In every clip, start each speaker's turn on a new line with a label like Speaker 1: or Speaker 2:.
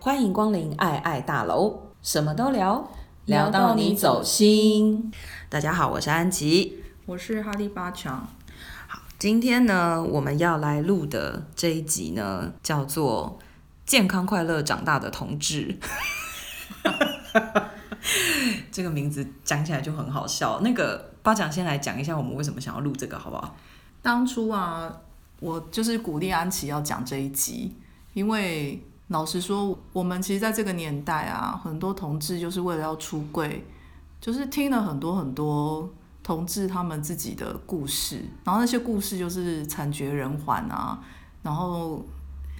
Speaker 1: 欢迎光临爱爱大楼，什么都聊，
Speaker 2: 聊到你走
Speaker 1: 心。大家好，我是安吉。
Speaker 2: 我是哈利八强，
Speaker 1: 今天呢，我们要来录的这一集呢，叫做《健康快乐长大的同志》。 这个名字讲起来就很好笑。那个八讲先来讲一下我们为什么想要录这个，好不好？
Speaker 2: 当初啊，我就是鼓励安琪要讲这一集，因为老实说，我们其实在这个年代啊，很多同志就是为了要出柜，就是听了很多很多同志他们自己的故事，然后那些故事就是惨绝人寰啊，然后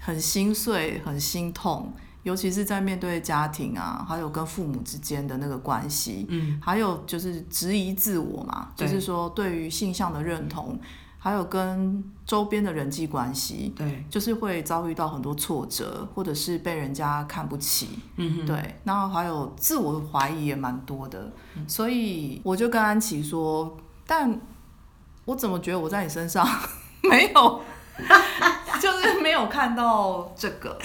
Speaker 2: 很心碎，很心痛。尤其是在面对家庭啊，还有跟父母之间的那个关系，嗯，还有就是质疑自我嘛，就
Speaker 1: 对
Speaker 2: 是说对于性向的认同，还有跟周边的人际关系，
Speaker 1: 对，
Speaker 2: 就是会遭遇到很多挫折，或者是被人家看不起，嗯对，然后还有自我怀疑也蛮多的，所以我就跟安琪说，但我怎么觉得我在你身上 没有， 就是没有看到这个，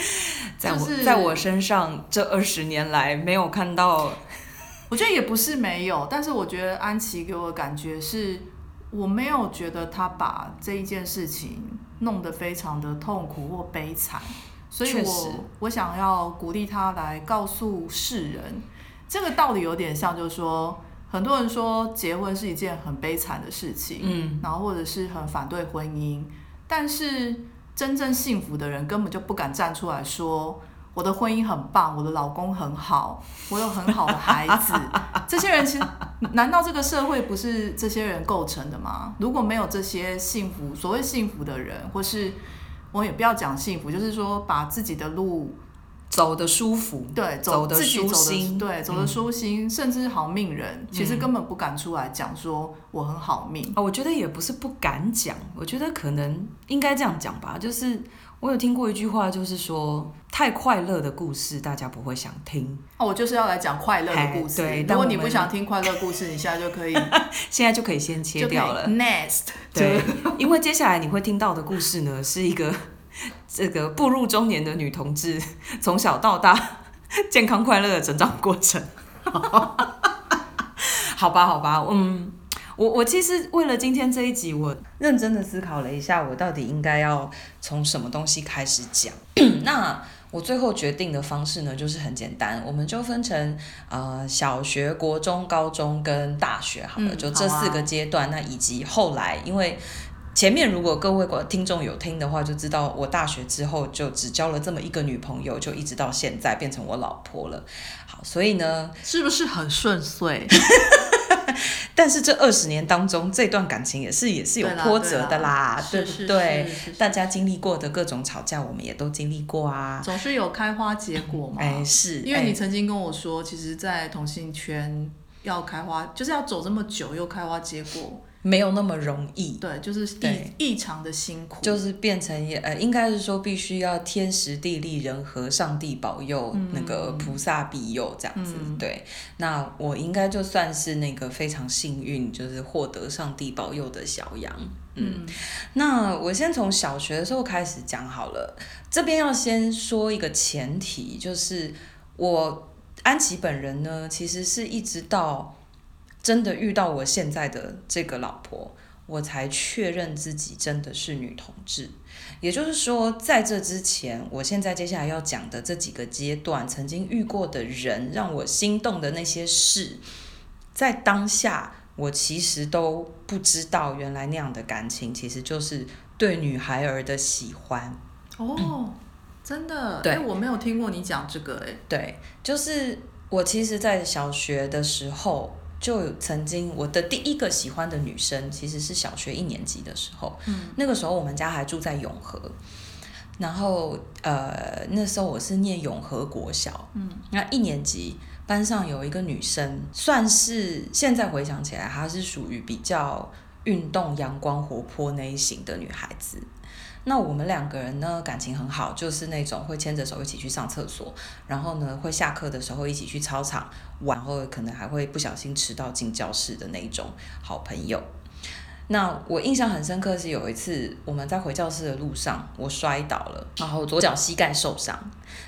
Speaker 1: 在我、
Speaker 2: 就是
Speaker 1: 在我身上这二十年来没有看到，
Speaker 2: 我觉得也不是没有，但是我觉得安琪给我的感觉是，我没有觉得她把这一件事情弄得非常的痛苦或悲惨，所以
Speaker 1: 确实
Speaker 2: 我我想要鼓励她来告诉世人，这个道理有点像，就是说。很多人说结婚是一件很悲惨的事情，
Speaker 1: 嗯，
Speaker 2: 然后或者是很反对婚姻，但是真正幸福的人根本就不敢站出来说我的婚姻很棒，我的老公很好，我有很好的孩子。这些人其实，难道这个社会不是这些人构成的吗？如果没有这些幸福，所谓幸福的人，或是我也不要讲幸福，就是说把自己的路
Speaker 1: 走的舒服，
Speaker 2: 对
Speaker 1: 走得
Speaker 2: 自己
Speaker 1: 舒
Speaker 2: 走
Speaker 1: 心嗯
Speaker 2: 的对走的舒心，甚至好命人，其实根本不敢出来讲说我很好命。
Speaker 1: 啊，我觉得也不是不敢讲，我觉得可能应该这样讲吧，就是我有听过一句话，就是说太快乐的故事大家不会想听，
Speaker 2: 哦，我就是要来讲快乐的故事。
Speaker 1: 哎对
Speaker 2: 如
Speaker 1: 但我
Speaker 2: 果
Speaker 1: 们
Speaker 2: 你不想听快乐故事，你现在就可 以
Speaker 1: 现在就可以嗯先切掉了。。
Speaker 2: Next，
Speaker 1: 对，因为接下来你会听到的故事呢，是一个这个步入中年的女同志从小到大健康快乐的成长过程。 好吧，好吧，嗯，我我其实为了今天这一集，我认真的思考了一下，我到底应该要从什么东西开始讲。 那我最后决定的方式呢，就是很简单，我们就分成呃小学、国中、高中跟大学好了，
Speaker 2: 嗯
Speaker 1: 就这
Speaker 2: 好啊
Speaker 1: 四个阶段。那以及后来，因为前面如果各位观听众有听的话，就知道我大学之后就只交了这么一个女朋友，就一直到现在变成我老婆了。好，所以呢，
Speaker 2: 是不是很 顺遂？
Speaker 1: 但是这二十年当中，这段感情也是也是有
Speaker 2: 对啦
Speaker 1: 波折的啦，
Speaker 2: 对
Speaker 1: 对
Speaker 2: 啦
Speaker 1: 不
Speaker 2: 是
Speaker 1: 对？
Speaker 2: 是是是是
Speaker 1: 大家经历过的各种吵架，我们也都经历过啊。
Speaker 2: 总是有开花结果嘛。
Speaker 1: 哎，是，
Speaker 2: 因为
Speaker 1: 哎
Speaker 2: 你曾经跟我说，其实，在同性圈要开花，就是要走这么久又开花结果，
Speaker 1: 没有那么容易，
Speaker 2: 对，就是
Speaker 1: 对
Speaker 2: 异异常的辛苦。
Speaker 1: 就是变成也呃，应该是说必须要天时地利人和，上帝保佑，那个菩萨庇佑这样子。对，那我应该就算是那个非常幸运，就是获得上帝保佑的小羊。嗯，那我先从小学的时候开始讲好了。这边要先说一个前提，就是我安琪本人呢，其实是一直到真的遇到我现在的这个老婆，我才确认自己真的是女同志。也就是说，在这之前，我现在接下来要讲的这几个阶段，曾经遇过的人，让我心动的那些事，在当下，我其实都不知道，原来那样的感情其实就是对女孩儿的喜欢。
Speaker 2: 哦，真的，
Speaker 1: 嗯对
Speaker 2: 哎我没有听过你讲这个，哎，
Speaker 1: 对，就是我其实，在小学的时候就曾经，我的第一个喜欢的女生其实是小学一年级的时候，
Speaker 2: 嗯，
Speaker 1: 那个时候我们家还住在永和。然后，呃，那时候我是念永和国小，嗯，那一年级班上有一个女生，算是现在回想起来，她是属于比较运动、阳光、活泼那一型的女孩子。那我们两个人呢，感情很好，就是那种会牵着手一起去上厕所，然后呢会下课的时候一起去操场玩，然后可能还会不小心迟到进教室的那一种好朋友。那我印象很深刻是有一次我们在回教室的路上，我摔倒了，然后左脚膝盖受伤，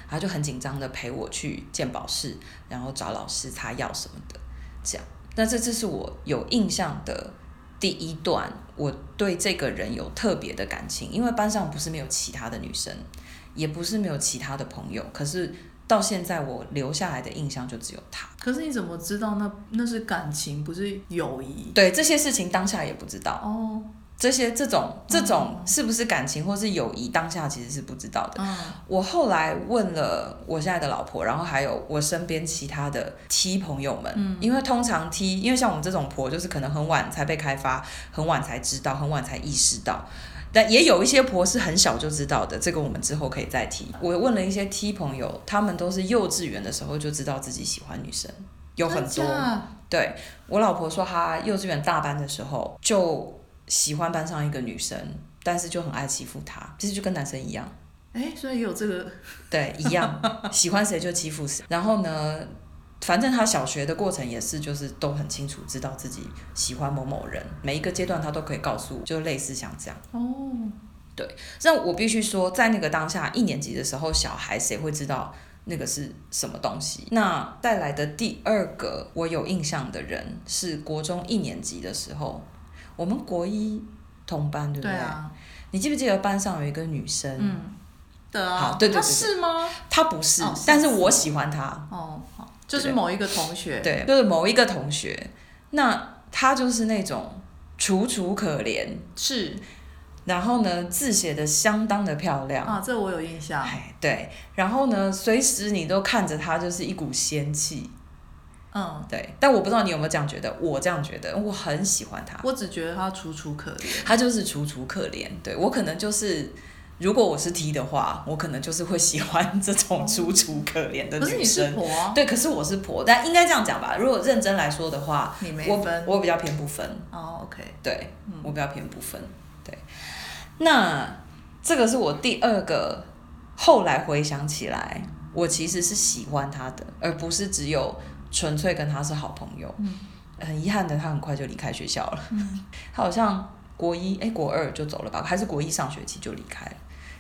Speaker 1: 然后就很紧张的陪我去鉴宝室，然后找老师擦药什么的，这样。那这这是我有印象的第一段，我对这个人有特别的感情，因为班上不是没有其他的女生，也不是没有其他的朋友，可是到现在我留下来的印象就只有他。
Speaker 2: 可是你怎么知道那那是感情，不是友谊？
Speaker 1: 对这些事情当下也不知道，
Speaker 2: 哦，
Speaker 1: 这些这种这种是不是感情或是友谊，当下其实是不知道的。
Speaker 2: 嗯，
Speaker 1: 我后来问了我现在的老婆，然后还有我身边其他的 T 朋友们，因为通常 T，因为像我们这种婆，就是可能很晚才被开发，很晚才知道，很晚才意识到。但也有一些婆是很小就知道的，这个我们之后可以再提。我问了一些 T 朋友，他们都是幼稚园的时候就知道自己喜欢女生，有很多
Speaker 2: 真假
Speaker 1: 对我老婆说，她幼稚园大班的时候就喜欢班上一个女生，但是就很爱欺负她，其实就跟男生一样，
Speaker 2: 哎，所以有这个
Speaker 1: 对，一样喜欢谁就欺负谁。然后呢，反正她小学的过程也是，就是都很清楚知道自己喜欢某某人，每一个阶段她都可以告诉我，就类似像这样。
Speaker 2: 哦，
Speaker 1: 那我必须说，在那个当下，一年级的时候，小孩谁会知道那个是什么东西？那带来的第二个我有印象的人是国中一年级的时候，我们国一同班，对不
Speaker 2: 对
Speaker 1: 对？
Speaker 2: 啊，
Speaker 1: 你记不记得班上有一个女生，
Speaker 2: 嗯，的啊，
Speaker 1: 好对对对
Speaker 2: 他是吗？
Speaker 1: 她不是，
Speaker 2: 哦是
Speaker 1: 但是我喜欢她，
Speaker 2: 哦，好，就是
Speaker 1: 对
Speaker 2: 某一个同学，
Speaker 1: 对，就是某一个同学，那她就是那种楚楚可怜，
Speaker 2: 是
Speaker 1: 然后呢字写的相当的漂亮，
Speaker 2: 啊，这我有印象，
Speaker 1: 哎，对，然后呢，随时你都看着他，就是一股仙气。
Speaker 2: 嗯，
Speaker 1: 对，但我不知道你有没有这样觉得，我这样觉得，我很喜欢他，
Speaker 2: 我只觉得他楚楚可怜。
Speaker 1: 他就是楚楚可怜。对我可能就是，如果我是 T 的话，我可能就是会喜欢这种楚楚可怜的
Speaker 2: 可是
Speaker 1: 女
Speaker 2: 你是
Speaker 1: 生。
Speaker 2: 婆啊，
Speaker 1: 对，可是我是婆，但应该这样讲吧。如果认真来说的话，
Speaker 2: 你没
Speaker 1: 我
Speaker 2: 分
Speaker 1: 我比较偏不分。
Speaker 2: 哦，OK，
Speaker 1: 对，我比较偏不分。对，那这个是我第二个，后来回想起来，我其实是喜欢他的，而不是只有纯粹跟他是好朋友。
Speaker 2: 嗯
Speaker 1: 很遗憾的，他很快就离开学校了。 他好像国一哎、国二就走了吧，还是国一上学期就离开了。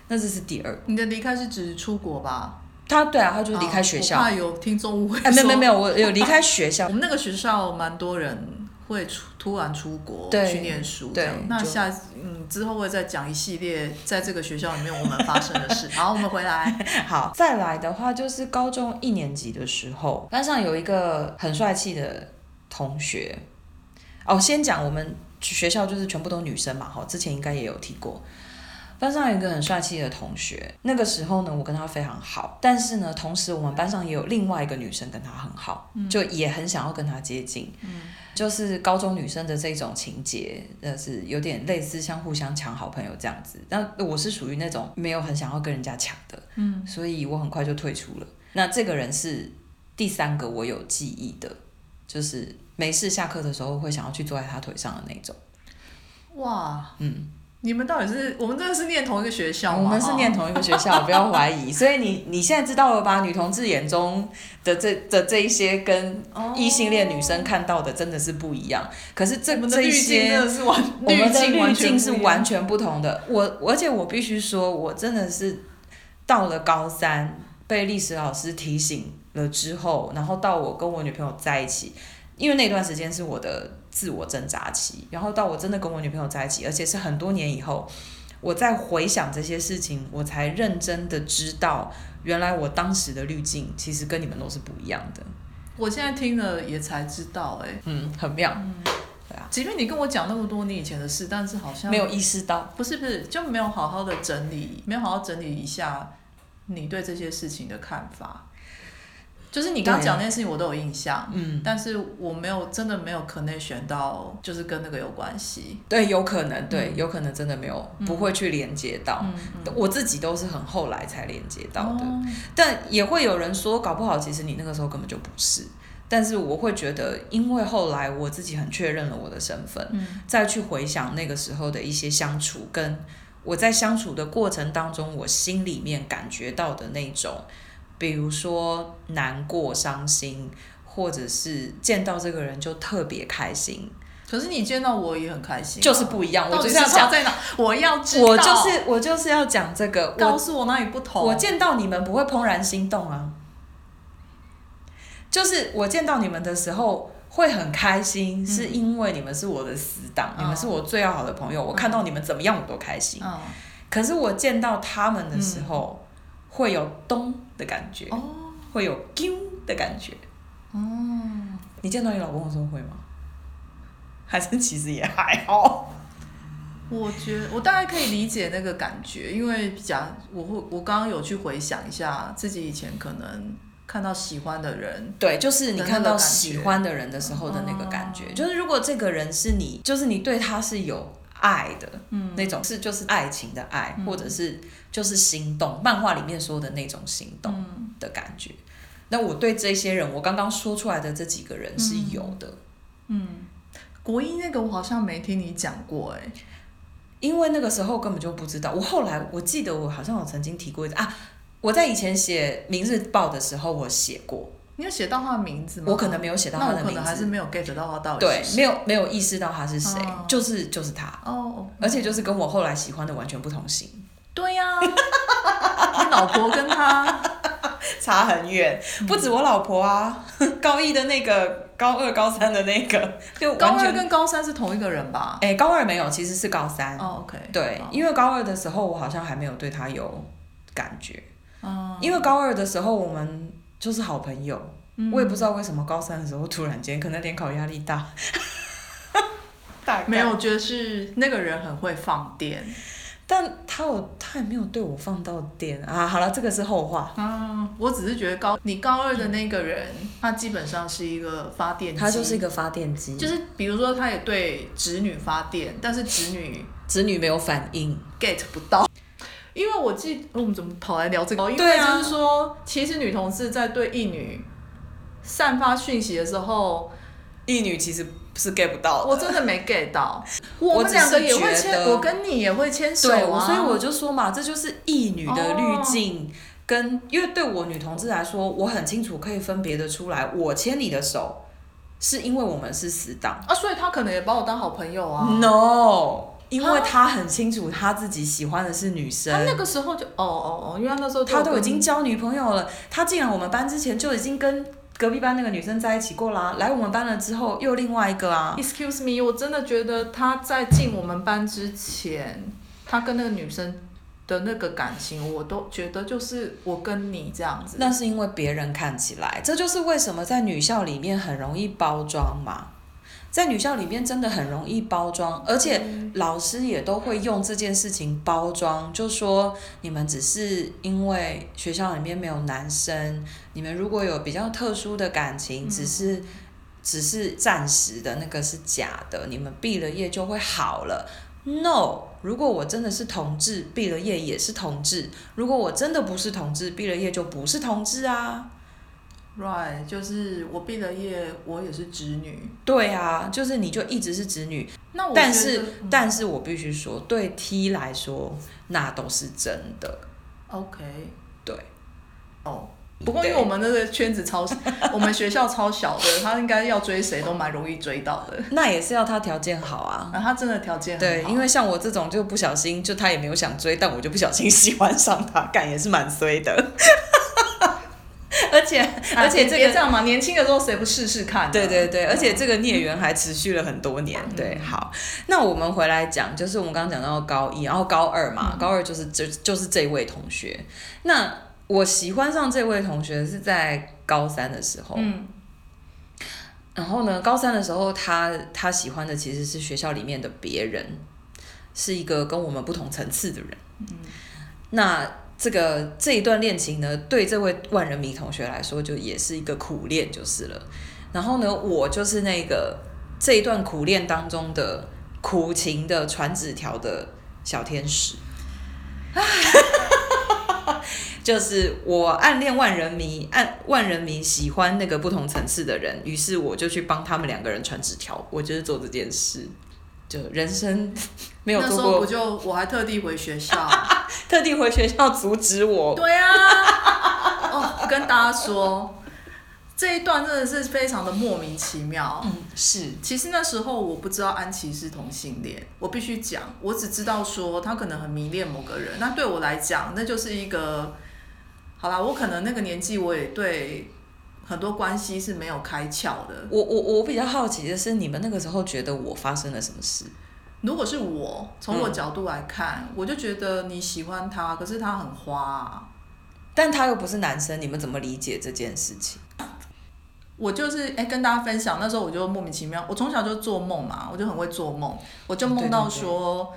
Speaker 1: 那这是第二，
Speaker 2: 你的离开是指出国吧？
Speaker 1: 他对啊，他就离开学校。
Speaker 2: 啊我
Speaker 1: 哎、
Speaker 2: 怕有听众误会。
Speaker 1: 没有没有没，有，我有离开学校
Speaker 2: 我。们那个学校蛮多人会出突然出国
Speaker 1: 对
Speaker 2: 去念书这
Speaker 1: 对
Speaker 2: 样。那
Speaker 1: 就
Speaker 2: 下嗯之后会再讲一系列在这个学校里面我们发生 的事。好，我们回来。
Speaker 1: 好，再来的话就是高中一年级的时候，班上有一个很帅气的同学。哦，先讲我们学校就是全部都女生嘛，哈，之前应该也有提过。班上有一个很帅气的同学，那个时候呢，我跟他非常好，但是呢，同时我们班上也有另外一个女生跟他很好，就也很想要跟他接近，就是高中女生的这种情节，呃，是有点类似像互相抢好朋友这样子。但我是属于那种没有很想要跟人家抢的，所以我很快就退出了。那这个人是第三个我有记忆的，就是没事下课的时候会想要去坐在他腿上的那种。
Speaker 2: 哇，嗯，你们到底是我们真的是念同一个学校吗？哦
Speaker 1: 我们是念同一个学校，不要怀疑。所以 你你现在知道了吧？女同志眼中的这的这一些跟
Speaker 2: 哦
Speaker 1: 异性恋女生看到的真的是不一样。可是这
Speaker 2: 我们的
Speaker 1: 这一
Speaker 2: 滤镜真
Speaker 1: 些。
Speaker 2: 的是完，
Speaker 1: 我们的
Speaker 2: 滤
Speaker 1: 滤
Speaker 2: 镜
Speaker 1: 镜是完全不同的。我而且我必须说，我真的是到了高三被历史老师提醒了之后，然后到我跟我女朋友在一起，因为那段时间是我的自我挣扎期，然后到我真的跟我女朋友在一起，而且是很多年以后，我在回想这些事情，我才认真的知道，原来我当时的滤镜其实跟你们都是不一样的。
Speaker 2: 我现在听了也才知道、哎，
Speaker 1: 嗯，很妙，
Speaker 2: 即便你跟我讲那么多你以前的事，但是好像
Speaker 1: 没有意识到。
Speaker 2: 不是不是，就没有好好的整理，没有好好整理一下你对这些事情的看法。就是你刚刚
Speaker 1: 对
Speaker 2: 讲那件事情，我都有印象，
Speaker 1: 嗯，
Speaker 2: 但是我没有真的没有 connection 到，就是跟那个有关系。
Speaker 1: 对，有可能，
Speaker 2: 嗯
Speaker 1: 对，有可能真的没有，不会去连接到。我自己都是很后来才连接到的，
Speaker 2: 哦
Speaker 1: 但也会有人说，搞不好其实你那个时候根本就不是。但是我会觉得，因为后来我自己很确认了我的身份，
Speaker 2: 嗯
Speaker 1: 再去回想那个时候的一些相处，跟我在相处的过程当中，我心里面感觉到的那种，比如说难过、伤心，或者是见到这个人就特别开心，
Speaker 2: 可是你见到我也很开心啊、
Speaker 1: 就是不一样。我
Speaker 2: 到
Speaker 1: 就
Speaker 2: 底
Speaker 1: 是要
Speaker 2: 差
Speaker 1: 讲，
Speaker 2: 在哪？我要知道，
Speaker 1: 我就是我就是要讲这个。
Speaker 2: 告
Speaker 1: 我
Speaker 2: 诉我哪里不同。
Speaker 1: 我见到你们不会怦然心动啊，就是我见到你们的时候会很开心，是因为你们是我的死党，
Speaker 2: 嗯
Speaker 1: 你们是我最要好的朋友，我看到你们怎么样我都开心。
Speaker 2: 嗯，
Speaker 1: 可是我见到他们的时候，会有咚的感觉，
Speaker 2: 哦，
Speaker 1: 会有丢的感觉。
Speaker 2: 嗯，
Speaker 1: 你见到你老公的时候会吗？还是其实也还好？
Speaker 2: 我觉得我大概可以理解那个感觉，因为讲我会我刚刚有去回想一下自己以前可能看到喜欢的人，
Speaker 1: 对，就是你
Speaker 2: 的那
Speaker 1: 看
Speaker 2: 个
Speaker 1: 到
Speaker 2: 感觉哦
Speaker 1: 喜欢的人的时候的那个感觉，就是如果这个人是你，就是你对他是有爱的，嗯，那种是就是爱情的爱，
Speaker 2: 嗯
Speaker 1: 或者是就是心动，漫画里面说的那种心动
Speaker 2: 嗯
Speaker 1: 的感觉。那我对这些人，我刚刚说出来的这几个人是
Speaker 2: 嗯
Speaker 1: 有的，嗯
Speaker 2: 国一那个我好像没听你讲过、哎，
Speaker 1: 因为那个时候根本就不知道。我后来我记得我好像有曾经提过一次啊，我在以前写《明日报》的时候，我写过，
Speaker 2: 你有写到他的名字吗？
Speaker 1: 我可能没有写到他
Speaker 2: 那我
Speaker 1: 的
Speaker 2: 可
Speaker 1: 名
Speaker 2: 能还是
Speaker 1: 字，
Speaker 2: 没有 get 到他到底
Speaker 1: 对
Speaker 2: 是，谁
Speaker 1: 没有没有意识到他是谁，
Speaker 2: 哦
Speaker 1: 就是就是他。
Speaker 2: 哦，
Speaker 1: 而且就是跟我后来喜欢的完全不同型，
Speaker 2: 对呀、 你老婆 跟他，
Speaker 1: 差很远。不止我老婆啊， 高一的那个，高二、高三的那个，就
Speaker 2: 高
Speaker 1: 完
Speaker 2: 二
Speaker 1: 全
Speaker 2: 跟高三是同一个人吧？
Speaker 1: 哎、高二没有，其实是高三。
Speaker 2: 哦，OK，
Speaker 1: 对
Speaker 2: 好，
Speaker 1: 因为高二的时候我好像还没有对他有感觉，
Speaker 2: 嗯，
Speaker 1: 因为高二的时候我们就是好朋友，我也不知道为什么高三的时候突然间，可能联考压力大， 大概
Speaker 2: 没有，我觉得是那个人很会放电。
Speaker 1: 但他有他也没有对我放到电啊。好了，这个是后话，
Speaker 2: 嗯，我只是觉得高你高二的那个人，他基本上是一个发电机，
Speaker 1: 他就是一个发电机，
Speaker 2: 就是比如说他也对直女发电，但是直女
Speaker 1: 子女没有反应。
Speaker 2: get 不到。因为我记，我们怎么跑来聊这个？因
Speaker 1: 对
Speaker 2: 为
Speaker 1: 啊
Speaker 2: 就是说，其实女同志在对异女散发讯息的时候，
Speaker 1: 异女其实是 get 不到
Speaker 2: 我真的没 get 到。
Speaker 1: 呃 我
Speaker 2: 我们两个也会
Speaker 1: 只是觉
Speaker 2: 牵，
Speaker 1: 得
Speaker 2: 我跟你也会牵手
Speaker 1: 对，我
Speaker 2: 啊。
Speaker 1: 所以我就说嘛，这就是异女的滤镜。
Speaker 2: 哦
Speaker 1: 跟因为对我女同志来说，我很清楚可以分别的出来，我牵你的手，是因为我们是死党。
Speaker 2: 啊，所以他可能也把我当好朋友啊。
Speaker 1: No，因为她很清楚她自己喜欢的是女生
Speaker 2: 他，那个时候就哦哦哦，因为他那时候
Speaker 1: 她都已
Speaker 2: 跟
Speaker 1: 经交女朋友了。她进来我们班之前就已经跟隔壁班那个女生在一起过啦、来我们班了之后又另外一个啊。
Speaker 2: Excuse me，我真的觉得他在进我们班之前，他跟那个女生的那个感情，我都觉得就是我跟你这样子。
Speaker 1: 那是因为别人看起来，这就是为什么在女校里面很容易包装嘛。在女校里面真的很容易包装，而且
Speaker 2: 嗯
Speaker 1: 老师也都会用这件事情包装，就说你们只是因为学校里面没有男生，你们如果有比较特殊的感
Speaker 2: 嗯
Speaker 1: 情，只是只是暂时的那个是假的，你们毕了业就会好了。No，如果我真的是同志，毕了业也是同志；如果我真的不是同志，毕了业就不是同志啊。
Speaker 2: right，就是我毕了业，我也是直女。
Speaker 1: 对啊，就是你就一直是直女，
Speaker 2: 那我
Speaker 1: 但
Speaker 2: 觉
Speaker 1: 是
Speaker 2: 得嗯
Speaker 1: 但是我必须说，对 T 来说，那都是真的。
Speaker 2: OK
Speaker 1: 对，
Speaker 2: 哦。不过因为我们那个圈 子超，我们学校超小的，他应该要追谁都蛮容易追到 的。
Speaker 1: 那也是要他条件好啊。
Speaker 2: 然后他真的条件很
Speaker 1: 对，
Speaker 2: 好
Speaker 1: 因为像我这种就不小心，就他也没有想追，但我就不小心 喜欢上他，干也是蛮衰的。 而且
Speaker 2: 啊
Speaker 1: 而且
Speaker 2: 你
Speaker 1: 这
Speaker 2: 别
Speaker 1: 个
Speaker 2: 这样嘛，年轻的时候谁不试试看、啊嗯
Speaker 1: 对对，对，而且这个孽缘还持续了很多年。对，好，那我们回来讲，就是我们刚刚讲到高一，然后高二
Speaker 2: 嗯
Speaker 1: 嘛，高二就是就就是这位同学。那我喜欢上这位同学是在高三的时候，
Speaker 2: 嗯
Speaker 1: 然后呢，高三的时候他他喜欢的其实是学校里面的别人，是一个跟我们不同层次的人。
Speaker 2: 嗯
Speaker 1: 那这个这一段恋情呢，对这位万人迷同学来说，就也是一个苦恋就是了。然后呢，我就是那个这一段苦恋当中的苦情的传纸条的小天使。 就是我暗恋万人迷，暗万人迷喜欢那个不同层次的人，于是我就去帮他们两个人传纸条，我就是做这件事。就人生没有
Speaker 2: 那时
Speaker 1: 做
Speaker 2: 候
Speaker 1: 过
Speaker 2: 不，就我还特地回 学校。
Speaker 1: 特地回学校阻止我，
Speaker 2: 哦对啊，哦，跟大家说，这一段真的是非常的莫名其妙。
Speaker 1: 嗯，是，
Speaker 2: 其实那时候我不知道安琪是同性恋，我必须讲，我只知道说他可能很迷恋某个人。那对我来讲，那就是一个，好啦，我可能那个年纪我也对很多关系是没有开窍的。
Speaker 1: 我我我比较好奇的是，你们那个时候觉得我发生了什么事？
Speaker 2: 如果是我从
Speaker 1: 嗯
Speaker 2: 我角度来看，我就觉得你喜欢他，可是他很花、啊。
Speaker 1: 但他又不是男生，你们怎么理解这件事情？
Speaker 2: 我就是哎、跟大家分享，那时候我就莫名其妙，我从小就做梦嘛，我就很会做梦，我就梦到说，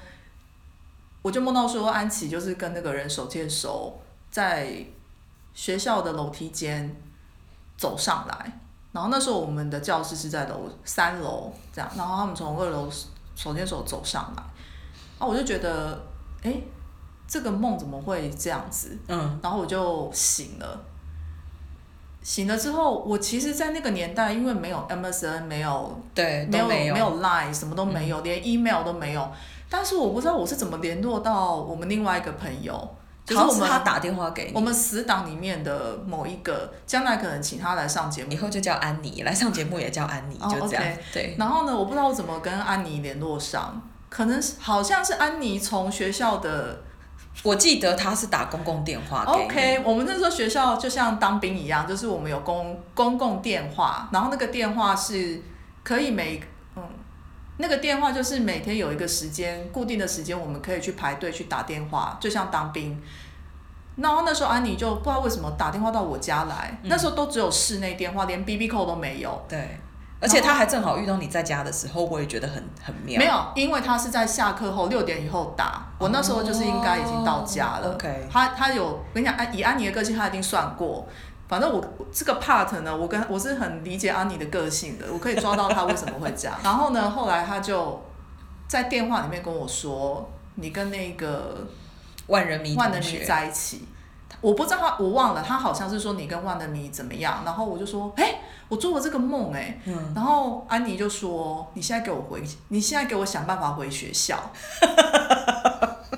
Speaker 2: 我就梦到说安琪就是跟那个人手牵手在学校的楼梯间走上来，然后那时候我们的教室是在楼三楼这样，然后他们从二楼手牵手走上来，啊，我就觉得哎、这个梦怎么会这样子？
Speaker 1: 嗯，
Speaker 2: 然后我就醒了。醒了之后，我其实，在那个年代，因为没有 MSN，没有
Speaker 1: 对，都
Speaker 2: 没有
Speaker 1: 没有，嗯
Speaker 2: Line，什么都没有，连 email 都没有。但是我不知道我是怎么联络到我们另外一个朋友，就是
Speaker 1: 好
Speaker 2: 我
Speaker 1: 像是他
Speaker 2: 们
Speaker 1: 打电话给
Speaker 2: 我
Speaker 1: 你，
Speaker 2: 们死党里面的某一个，将来可能请他来上节目
Speaker 1: 以。后就叫安妮，来上节目也叫安妮，
Speaker 2: 哦
Speaker 1: 就这样
Speaker 2: OK。
Speaker 1: 对，
Speaker 2: 然后呢，我不知道我怎么跟安妮联络上，可能是好像是安妮从学校的
Speaker 1: 我记得他是打公共电话给你。
Speaker 2: OK，我们那时候学校就像当兵一样，就是我们有公公共电话，然后那个电话是可以每嗯，那个电话就是每天有一个时间固定的时间，我们可以去排队去打电话，就像当兵。然后那时候安妮就不知道为什么打电话到我家来，
Speaker 1: 嗯
Speaker 2: 那时候都只有室内电话，连 B B 扣都没有。
Speaker 1: 对，而且他还正好遇到你在家的时候，我也觉得很很妙。
Speaker 2: 没有，因为他是在下课后六点以后打，我那时候就是应该已经到家了。
Speaker 1: 哦，OK
Speaker 2: 他他有，我跟你讲，安以安妮的个性，他已经算过。反正我我这个 part 呢，我跟我是很理解安妮的个性的，我可以抓到他为什么会这样。然后呢，后来他就在电话里面跟我说，你跟那个
Speaker 1: 万人迷
Speaker 2: 万
Speaker 1: 同
Speaker 2: 能
Speaker 1: 学
Speaker 2: 迷在一起。我不知道他，我忘了，他好像是说你跟万能迷怎么样，然后我就说，哎、我做了这个梦、哎、
Speaker 1: 嗯
Speaker 2: 然后安妮就说，你现在给我回，你现在给我想办法回学校。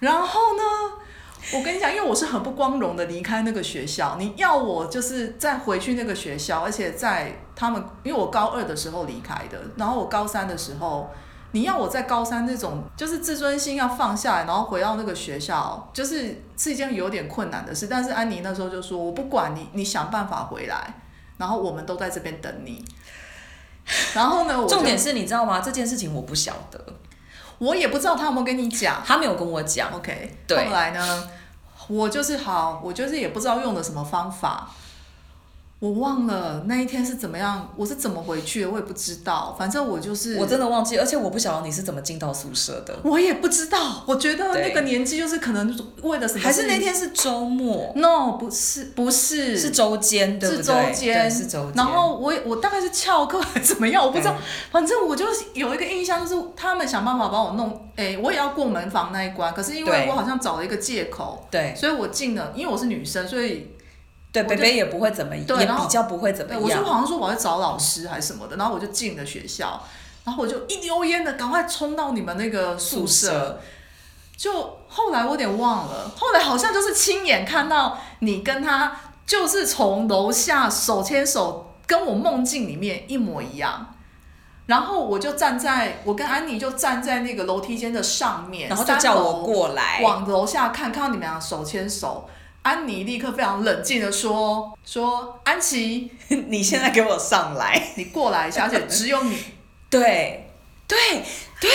Speaker 2: 然后呢， 我跟你讲，因为我是很不光荣的离开那个学校，你要我就是再回去那个学校，而且在他们，因为我高二的时候离开的，然后我高三的时候，你要我在高三那种就是自尊心要放下来，然后回到那个学校，就是是一件有点困难的事。但是安妮那时候就说：“我不管你，你想办法回来，然后我们都在这边等你。”然后呢，我就
Speaker 1: 重点是你知道吗？这件事情我不晓得，
Speaker 2: 我也不知道他有没有跟你讲。
Speaker 1: 他没有跟我讲。
Speaker 2: OK，
Speaker 1: 对
Speaker 2: 后来呢，我就是好，我就是也不知道用的什么方法，我忘了那一天是怎么样，我是怎么回去的，我也不知道。反正我就是，
Speaker 1: 我真的忘记，而且我不晓得你是怎么进到宿舍的，
Speaker 2: 我也不知道。我觉得
Speaker 1: 对
Speaker 2: 那个年纪就是可能为了什么事，
Speaker 1: 还是那天是周末，
Speaker 2: ？No，不是，不是，
Speaker 1: 是周间，对不
Speaker 2: 是
Speaker 1: 对？
Speaker 2: 周间，
Speaker 1: 对是周间。
Speaker 2: 然后我也我大概是翘课还是怎么样，我不知
Speaker 1: 嗯
Speaker 2: 道。反正我就是有一个印象，就是他们想办法把我弄，哎、我也要过门房那一关。可是因为
Speaker 1: 对
Speaker 2: 我好像找了一个借口，
Speaker 1: 对
Speaker 2: 所以我进了，因为我是女生，所以
Speaker 1: 对，
Speaker 2: 我
Speaker 1: 北
Speaker 2: 就
Speaker 1: 北也不会怎么，也
Speaker 2: 对然后
Speaker 1: 比较不会怎
Speaker 2: 对
Speaker 1: 么
Speaker 2: 我说
Speaker 1: 样。
Speaker 2: 好像说我要找老师还是什么的，然后我就进了学校，然后我就一溜烟的赶快冲到你们那个宿
Speaker 1: 宿
Speaker 2: 舍。
Speaker 1: 舍
Speaker 2: 就后来我有点忘了，后来好像就是亲眼看到你跟他就是从楼下手牵手，跟我梦境里面一模一样。然后我就站在，我跟安妮就站在那个楼梯间的上面，
Speaker 1: 然后就
Speaker 2: 三
Speaker 1: 叫
Speaker 2: 楼
Speaker 1: 我过来，
Speaker 2: 往楼下看，看到你们俩手牵手，安妮立刻非常冷静的说：“说安琪，
Speaker 1: 你现在给我上来。
Speaker 2: 你过来一下，而且只有你。
Speaker 1: 对，对，对，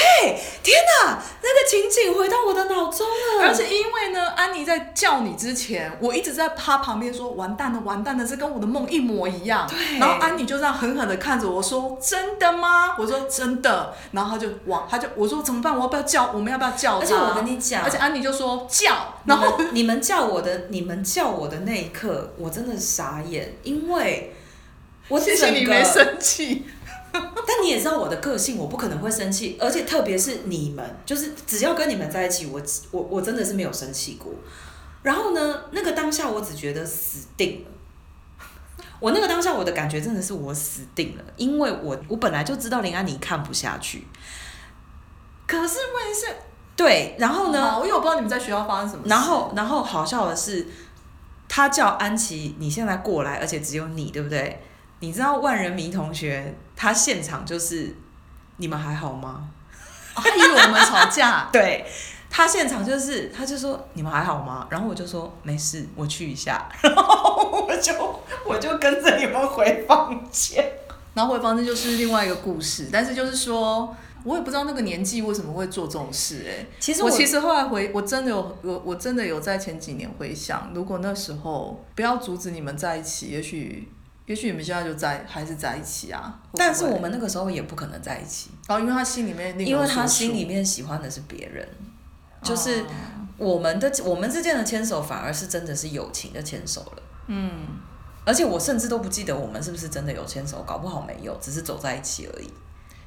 Speaker 1: 天哪，那个情景回到我的脑中了。
Speaker 2: 而且因为呢，安妮在叫你之前，我一直在她旁边说：‘完蛋了，完蛋了，这跟我的梦一模一样。’
Speaker 1: 对
Speaker 2: 然后安妮就这样狠狠的看着我说：‘真的吗？’我说：‘真的。’然后她就往，她就我说：‘怎么办？我要不要叫？我们要不要叫她？’
Speaker 1: 而且我跟你讲
Speaker 2: 而且安妮就说：‘叫。’
Speaker 1: 你
Speaker 2: 然后
Speaker 1: 们你们叫我的，你们叫我的那一刻，我真的傻眼，因为我
Speaker 2: 谢
Speaker 1: 整
Speaker 2: 谢
Speaker 1: 个，
Speaker 2: 你没生气。
Speaker 1: 但你也知道我的个性，我不可能会生气，而且特别是你们，就是只要跟你们在一起，我我我真的是没有生气过。然后呢，那个当下我只觉得死定了。我那个当下我的感觉真的是我死定了，因为我我本来就知道林安妮看不下去，
Speaker 2: 可是问题是，
Speaker 1: 对，然后呢，
Speaker 2: 哦好因为我不知道你们在学校发生什么事。
Speaker 1: 然后，然后好笑的是，他叫安琪，你现在过来，而且只有你，对不对？你知道万人迷同学他现场就是，你们还好吗？，
Speaker 2: 哦他以为我们吵架
Speaker 1: 对他现场就是，他就说你们还好吗？然后我就说没事，我去一下， 然后我就我就跟着你们回房间。
Speaker 2: 然后回房间就是另外一个故事，但是就是说。我也不知道那个年纪为什么会做这种事、哎，
Speaker 1: 其实我
Speaker 2: 我其实后来回，我真的有我我真的有在前几年回想，如果那时候不要阻止你们在一起，也许也许你们现在就在还是在一起啊。会不会
Speaker 1: 但是我们那个时候也不可能在一起，
Speaker 2: 哦，因为他心里面另有
Speaker 1: 因为他
Speaker 2: 所
Speaker 1: 心
Speaker 2: 属
Speaker 1: 里面喜欢的是别人，就是
Speaker 2: 哦
Speaker 1: 我们的我们之间的牵手反而是真的是友情的牵手了。
Speaker 2: 嗯，
Speaker 1: 而且我甚至都不记得我们是不是真的有牵手，搞不好没有，只是走在一起而已。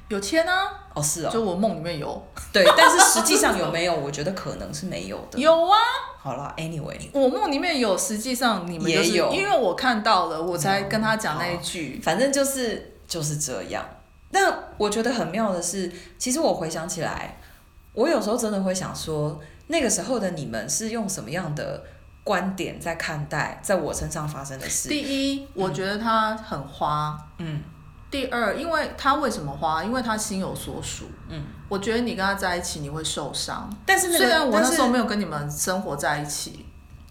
Speaker 2: 有签啊，
Speaker 1: 哦，是哦，
Speaker 2: 就我梦里面有
Speaker 1: 对，但是实际上有没有，我觉得可能是没有的。
Speaker 2: 有啊，
Speaker 1: 好啦 a n y w a y
Speaker 2: 我梦里面有，实际上你们
Speaker 1: 也
Speaker 2: 就是
Speaker 1: 有嗯
Speaker 2: 因为我看到了，我才跟他讲那一句。
Speaker 1: 反正就是就是这样。但我觉得很妙的是，其实我回想起来，我有时候真的会想说，那个时候的你们是用什么样的观点在看待在我身上发生的事？
Speaker 2: 第一，我觉得他很花。
Speaker 1: 嗯，
Speaker 2: 第二，因为他为什么花？因为他心有所属。
Speaker 1: 嗯，
Speaker 2: 我觉得你跟他在一起，你会受伤。
Speaker 1: 但是那
Speaker 2: 虽
Speaker 1: 个，
Speaker 2: 然我那
Speaker 1: 但
Speaker 2: 时候
Speaker 1: 是
Speaker 2: 没有跟你们生活在一起，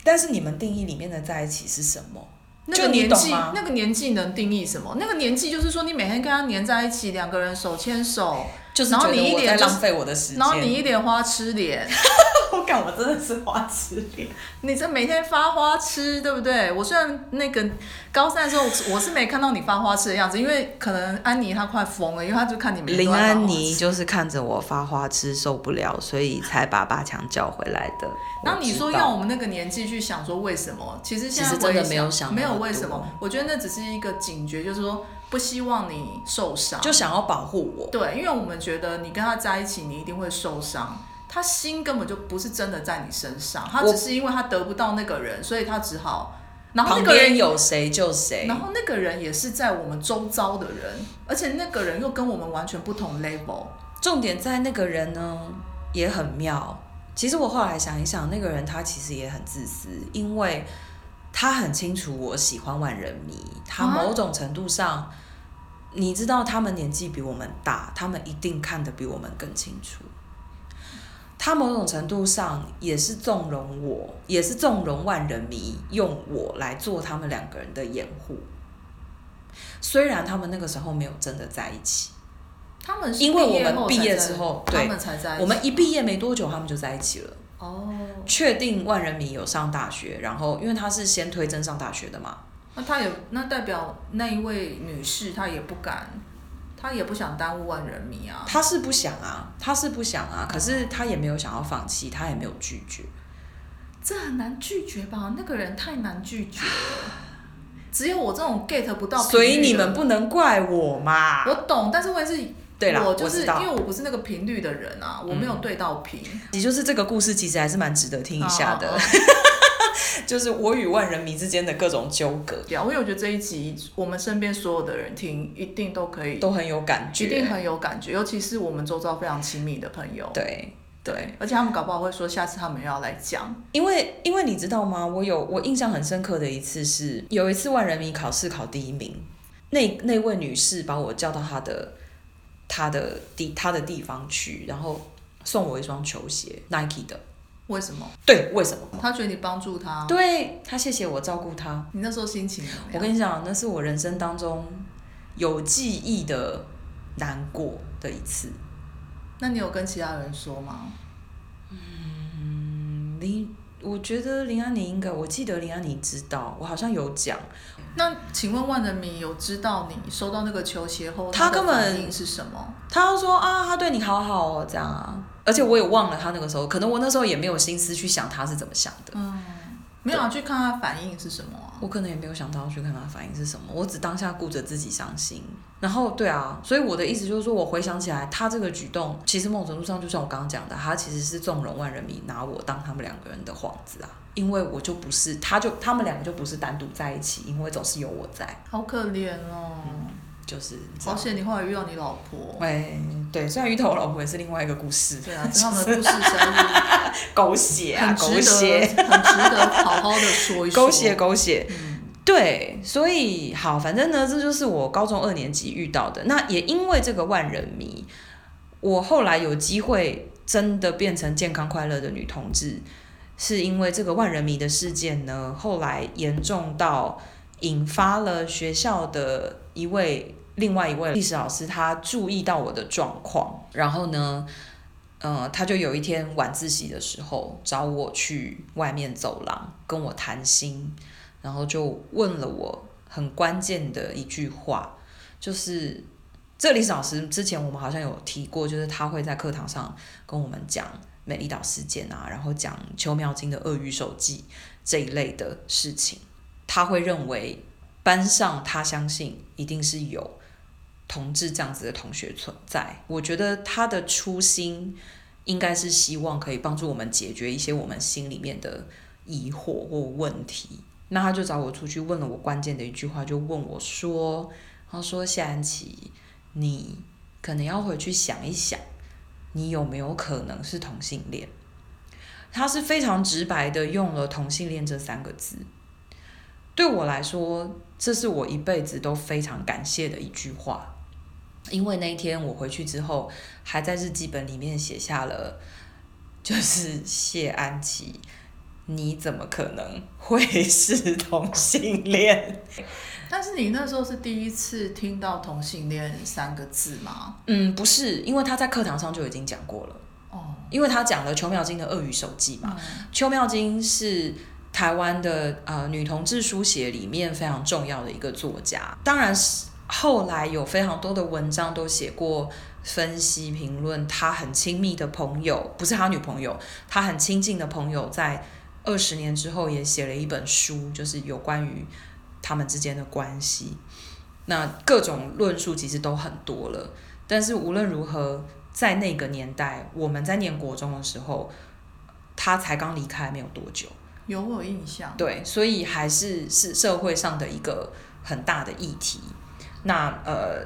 Speaker 1: 但是你们定义里面的在一起是什么？
Speaker 2: 那
Speaker 1: 就
Speaker 2: 个
Speaker 1: 你
Speaker 2: 年
Speaker 1: 懂
Speaker 2: 纪
Speaker 1: 吗，
Speaker 2: 那个年纪能定义什么？那个年纪就是说，你每天跟他黏在一起，两个人手牵手，
Speaker 1: 就是
Speaker 2: 然后
Speaker 1: 觉
Speaker 2: 你一
Speaker 1: 得我在
Speaker 2: 脸就
Speaker 1: 浪费我的时间，
Speaker 2: 然后你一脸花痴脸，
Speaker 1: 我感我真的是花痴脸。
Speaker 2: 你这每天发花痴，对不对？我虽然那个高三的时候，我是没看到你发花痴的样子，因为可能安妮她快疯了，因为她就看你每天
Speaker 1: 林
Speaker 2: 都在发花痴
Speaker 1: 安妮。就是看着我发花痴受不了，所以才把八强叫回来的。
Speaker 2: 然后你说
Speaker 1: 我知道
Speaker 2: 要我们那个年纪去想说为什么？其实现在
Speaker 1: 其实真的
Speaker 2: 回
Speaker 1: 没有想那么
Speaker 2: 没有
Speaker 1: 多
Speaker 2: 为什么，我觉得那只是一个警觉，就是说不希望你受伤。
Speaker 1: 就想要保护我，
Speaker 2: 对，因为我们觉得你跟他在一起，你一定会受伤。他心根本就不是真的在你身上，他
Speaker 1: 我
Speaker 2: 只是因为他得不到那个人，所以他只好，然后
Speaker 1: 旁
Speaker 2: 那个人
Speaker 1: 边有谁就谁
Speaker 2: 然。后那个人也是在我们周遭的人，而且那个人又跟我们完全不同 level。
Speaker 1: 重点在那个人呢也很妙。其实我后来想一想，那个人他其实也很自私，因为他很清楚我喜欢万人迷，他
Speaker 2: 啊
Speaker 1: 某种程度上，你知道他们年纪比我们大，他们一定看得比我们更清楚。他某种程度上也是纵容我，也是纵容万人迷用我来做他们两个人的掩护。虽然他们那个时候没有真的在一起，
Speaker 2: 他们是
Speaker 1: 因为我们
Speaker 2: 后
Speaker 1: 毕
Speaker 2: 才
Speaker 1: 业
Speaker 2: 在
Speaker 1: 之后
Speaker 2: 他
Speaker 1: 对
Speaker 2: 们才在一起
Speaker 1: 我们一毕业没多久，他们就在一起了。
Speaker 2: 哦，
Speaker 1: 确定万人迷有上大学，然后因为他是先推甄上大学的嘛，
Speaker 2: 那他也那代表那一位女士，她也不敢，她也不想耽误万人迷啊。
Speaker 1: 他是不想啊，他是不想啊，可是他也没有想要放弃，他也没有拒绝。
Speaker 2: 这很难拒绝吧？那个人太难拒绝 了，只有我这种 get 不到频率的。
Speaker 1: 所以你们不能怪我嘛。
Speaker 2: 我懂，但是问题是，
Speaker 1: 对啦，
Speaker 2: 我
Speaker 1: 我
Speaker 2: 就是
Speaker 1: 知
Speaker 2: 因为
Speaker 1: 道，嗯
Speaker 2: 我不是那个频率的人啊，我没有对到频。
Speaker 1: 也就是这个故事其实还是蛮值得听一下的，
Speaker 2: 哦哦哦哦
Speaker 1: 就是我与万人迷之间的各种纠葛
Speaker 2: 对啊，因为我觉得这一集我们身边所有的人听，一定都可以，
Speaker 1: 都很有感
Speaker 2: 一
Speaker 1: 觉。
Speaker 2: 定很有感觉，尤其是我们周遭非常亲密的朋友。
Speaker 1: 对对，
Speaker 2: 而且他们搞不好会说，下次他们又要来讲。
Speaker 1: 因为因为你知道吗？我有我印象很深刻的一次是，有一次万人迷考试考第一名，那那位女士把我叫到她的她的地她的地方去，然后送我一双球鞋，Nike 的。
Speaker 2: 为什么？
Speaker 1: 对，为什么？
Speaker 2: 他觉得你帮助他，
Speaker 1: 对她谢谢我照顾她。
Speaker 2: 你那时候心情怎么
Speaker 1: 我
Speaker 2: 样？
Speaker 1: 跟你讲，那是我人生当中有记忆的难过的一次。
Speaker 2: 那你有跟其他人说吗？
Speaker 1: 嗯林，我觉得林安妮应该，我记得林安妮知道，我好像有讲。
Speaker 2: 那请问万人迷有知道你收到那个球鞋后，
Speaker 1: 他
Speaker 2: 的
Speaker 1: 根本
Speaker 2: 反应是什么？
Speaker 1: 他说啊，他对你好好哦，这样啊。而且我也忘了他那个时候，可能我那时候也没有心思去想他是怎么想的，
Speaker 2: 嗯，没有啊，去看他反应是什么啊？
Speaker 1: 我可能也没有想到去看他反应是什么，我只当下顾着自己伤心。然后对啊，所以我的意思就是说，我回想起来，他这个举动，其实某种程度上，就像我刚刚讲的，他其实是纵容万人迷拿我当他们两个人的幌子啊，因为我就不是，他就他们两个就不是单独在一起，因为总是有我在，
Speaker 2: 好可怜哦，
Speaker 1: 就是这
Speaker 2: 好哦
Speaker 1: 样。
Speaker 2: 险你后来遇到你老婆。
Speaker 1: 喂，对，虽然鱼头我老婆也是另外一个故事，
Speaker 2: 对啊，他们的故事 实在
Speaker 1: 狗血
Speaker 2: 是
Speaker 1: 啊，
Speaker 2: 很
Speaker 1: 狗
Speaker 2: 值
Speaker 1: 血，
Speaker 2: 得，很值得好好的说一说。嗯
Speaker 1: 狗血，狗血。对，所以好，反正呢，这就是我高中二年级遇到的。那也因为这个万人迷，我后来有机会真的变成健康快乐的女同志，是因为这个万人迷的事件呢，后来严重到引发了学校的一位另外一位历史老师，他注意到我的状况，然后呢。呃，他就有一天晚自习的时候找我去外面走廊跟我谈心，然后就问了我很关键的一句话，就是这李老师之前我们好像有提过，就是他会在课堂上跟我们讲美丽岛事件啊，然后讲邱妙金的《鳄鱼手记》这一类的事情，他会认为班上他相信一定是有同志这样子的同学存在。我觉得他的初心应该是希望可以帮助我们解决一些我们心里面的疑惑或问题。那他就找我出去问了我关键的一句话，就问我说：“他说谢安琪，你可能要回去想一想，你有没有可能是同性恋？”他是非常直白的用了“同性恋”这三个字。对我来说，这是我一辈子都非常感谢的一句话，因为那一天我回去之后，还在日记本里面写下了，就是谢安琪你怎么可能会是同性恋？
Speaker 2: 但是你那时候是第一次听到同性恋三个字吗？
Speaker 1: 嗯，不是，因为他在课堂上就已经讲过了，
Speaker 2: 哦，
Speaker 1: 因为他讲了邱妙金的《鳄鱼手记》嘛。邱妙金是台湾的呃女同志书写里面非常重要的一个作家，当然是后来有非常多的文章都写过分析评论，她很亲密的朋友，不是她女朋友，她很亲近的朋友，在二十年之后也写了一本书，就是有关于他们之间的关系。那各种论述其实都很多了，但是无论如何，在那个年代，我们在念国中的时候，他才刚离开没有多久，
Speaker 2: 有我有印象。
Speaker 1: 对，所以还是是社会上的一个很大的议题。那呃，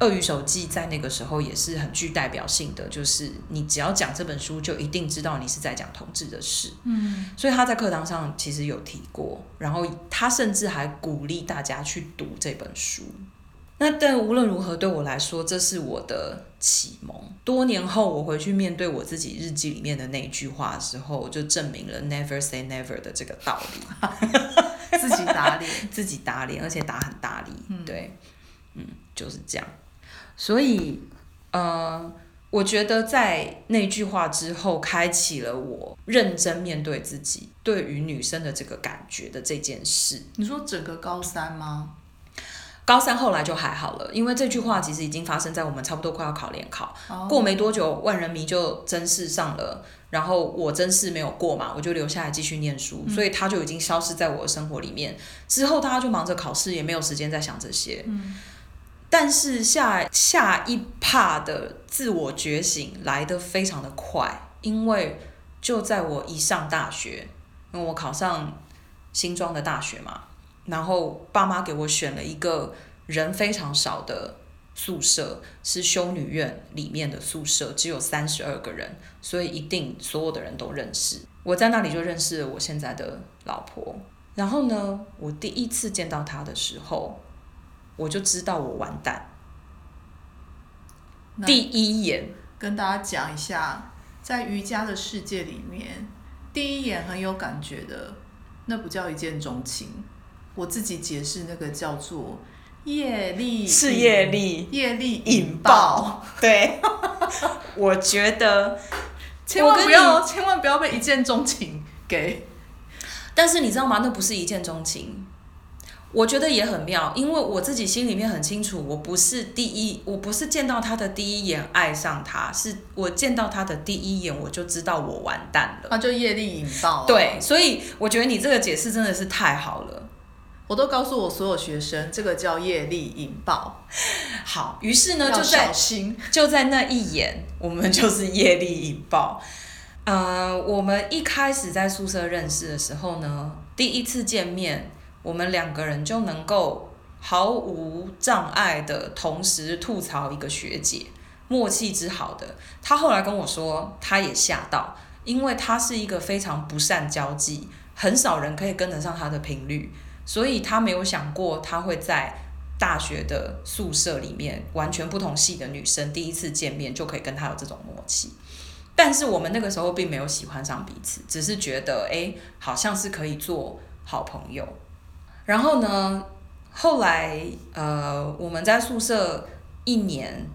Speaker 1: 《鳄鱼手记》在那个时候也是很具代表性的，就是你只要讲这本书，就一定知道你是在讲同志的事。
Speaker 2: 嗯，
Speaker 1: 所以他在课堂上其实有提过，然后他甚至还鼓励大家去读这本书。那但无论如何，对我来说，这是我的启蒙。多年后，我回去面对我自己日记里面的那一句话的时候，就证明了 “never say never” 的这个道理。
Speaker 2: 自己打脸。
Speaker 1: 自己打脸，而且打很大力。对，嗯，就是这样。所以，呃，我觉得在那句话之后，开启了我认真面对自己对于女生的这个感觉的这件事。
Speaker 2: 你说整个高三吗？
Speaker 1: 高三后来就还好了，因为这句话其实已经发生在我们差不多快要考联考，
Speaker 2: 哦
Speaker 1: 过没多久，万人迷就真试上了，然后我真试没有过嘛，我就留下来继续念书，所以他就已经消失在我的生活里面。之后大家就忙着考试，也没有时间再想这些。
Speaker 2: 嗯
Speaker 1: 但是下下一趴的自我觉醒来得非常的快，因为就在我一上大学，因为我考上新庄的大学嘛，然后爸妈给我选了一个人非常少的宿舍，是修女院里面的宿舍，只有三十二个人，所以一定所有的人都认识。我在那里就认识了我现在的老婆。然后呢，我第一次见到她的时候，我就知道我完蛋。
Speaker 2: 那
Speaker 1: 第一眼，
Speaker 2: 跟大家讲一下，在瑜伽的世界里面，第一眼很有感觉的，那不叫一见钟情，我自己解释那个叫做业力，
Speaker 1: 是业，力
Speaker 2: 业力
Speaker 1: 引
Speaker 2: 引爆。
Speaker 1: 爆。对， 我觉得，
Speaker 2: 千万
Speaker 1: 我跟
Speaker 2: 不
Speaker 1: 你
Speaker 2: 要，千万不要被一见钟情给
Speaker 1: 但是你知道吗？那不是一见钟情。我觉得也很妙，因为我自己心里面很清楚，我不是第一，我不是见到他的第一眼爱上他，是我见到他的第一眼我就知道我完蛋了。
Speaker 2: 啊，就业力引爆、，
Speaker 1: 对，所以我觉得你这个解释真的是太好了。
Speaker 2: 我都告诉我所有学生，这个叫业力引爆，
Speaker 1: 好，于是呢，
Speaker 2: 要
Speaker 1: 就在
Speaker 2: 小心。
Speaker 1: 就在那一眼，我们就是业力引爆。呃，我们一开始在宿舍认识的时候呢，第一次见面，我们两个人就能够毫无障碍的同时吐槽一个学姐，默契之好的，他后来跟我说，他也吓到，因为他是一个非常不善交际，很少人可以跟得上他的频率，所以他没有想过他会在大学的宿舍里面，完全不同系的女生第一次见面就可以跟他有这种默契。但是我们那个时候并没有喜欢上彼此，只是觉得哎、诶好像是可以做好朋友。然后呢，后来呃，我们在宿舍一年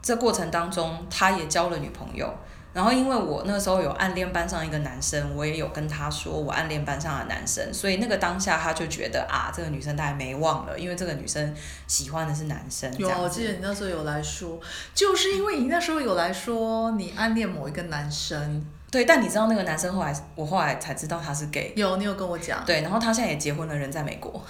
Speaker 1: 这过程当中，他也交了女朋友。然后因为我那时候有暗恋班上一个男生，我也有跟他说我暗恋班上的男生，所以那个当下他就觉得啊，这个女生他还没忘了，因为这个女生喜欢的是男生。
Speaker 2: 有
Speaker 1: 这
Speaker 2: 啊，
Speaker 1: 样
Speaker 2: 我
Speaker 1: 子
Speaker 2: 记得你那时候有来说，就是因为你那时候有来说你暗恋某一个男生，
Speaker 1: 对，但你知道那个男生后来，我后来才知道他是 gay。
Speaker 2: 有你有跟我讲，
Speaker 1: 对，然后他现在也结婚了，人在美国。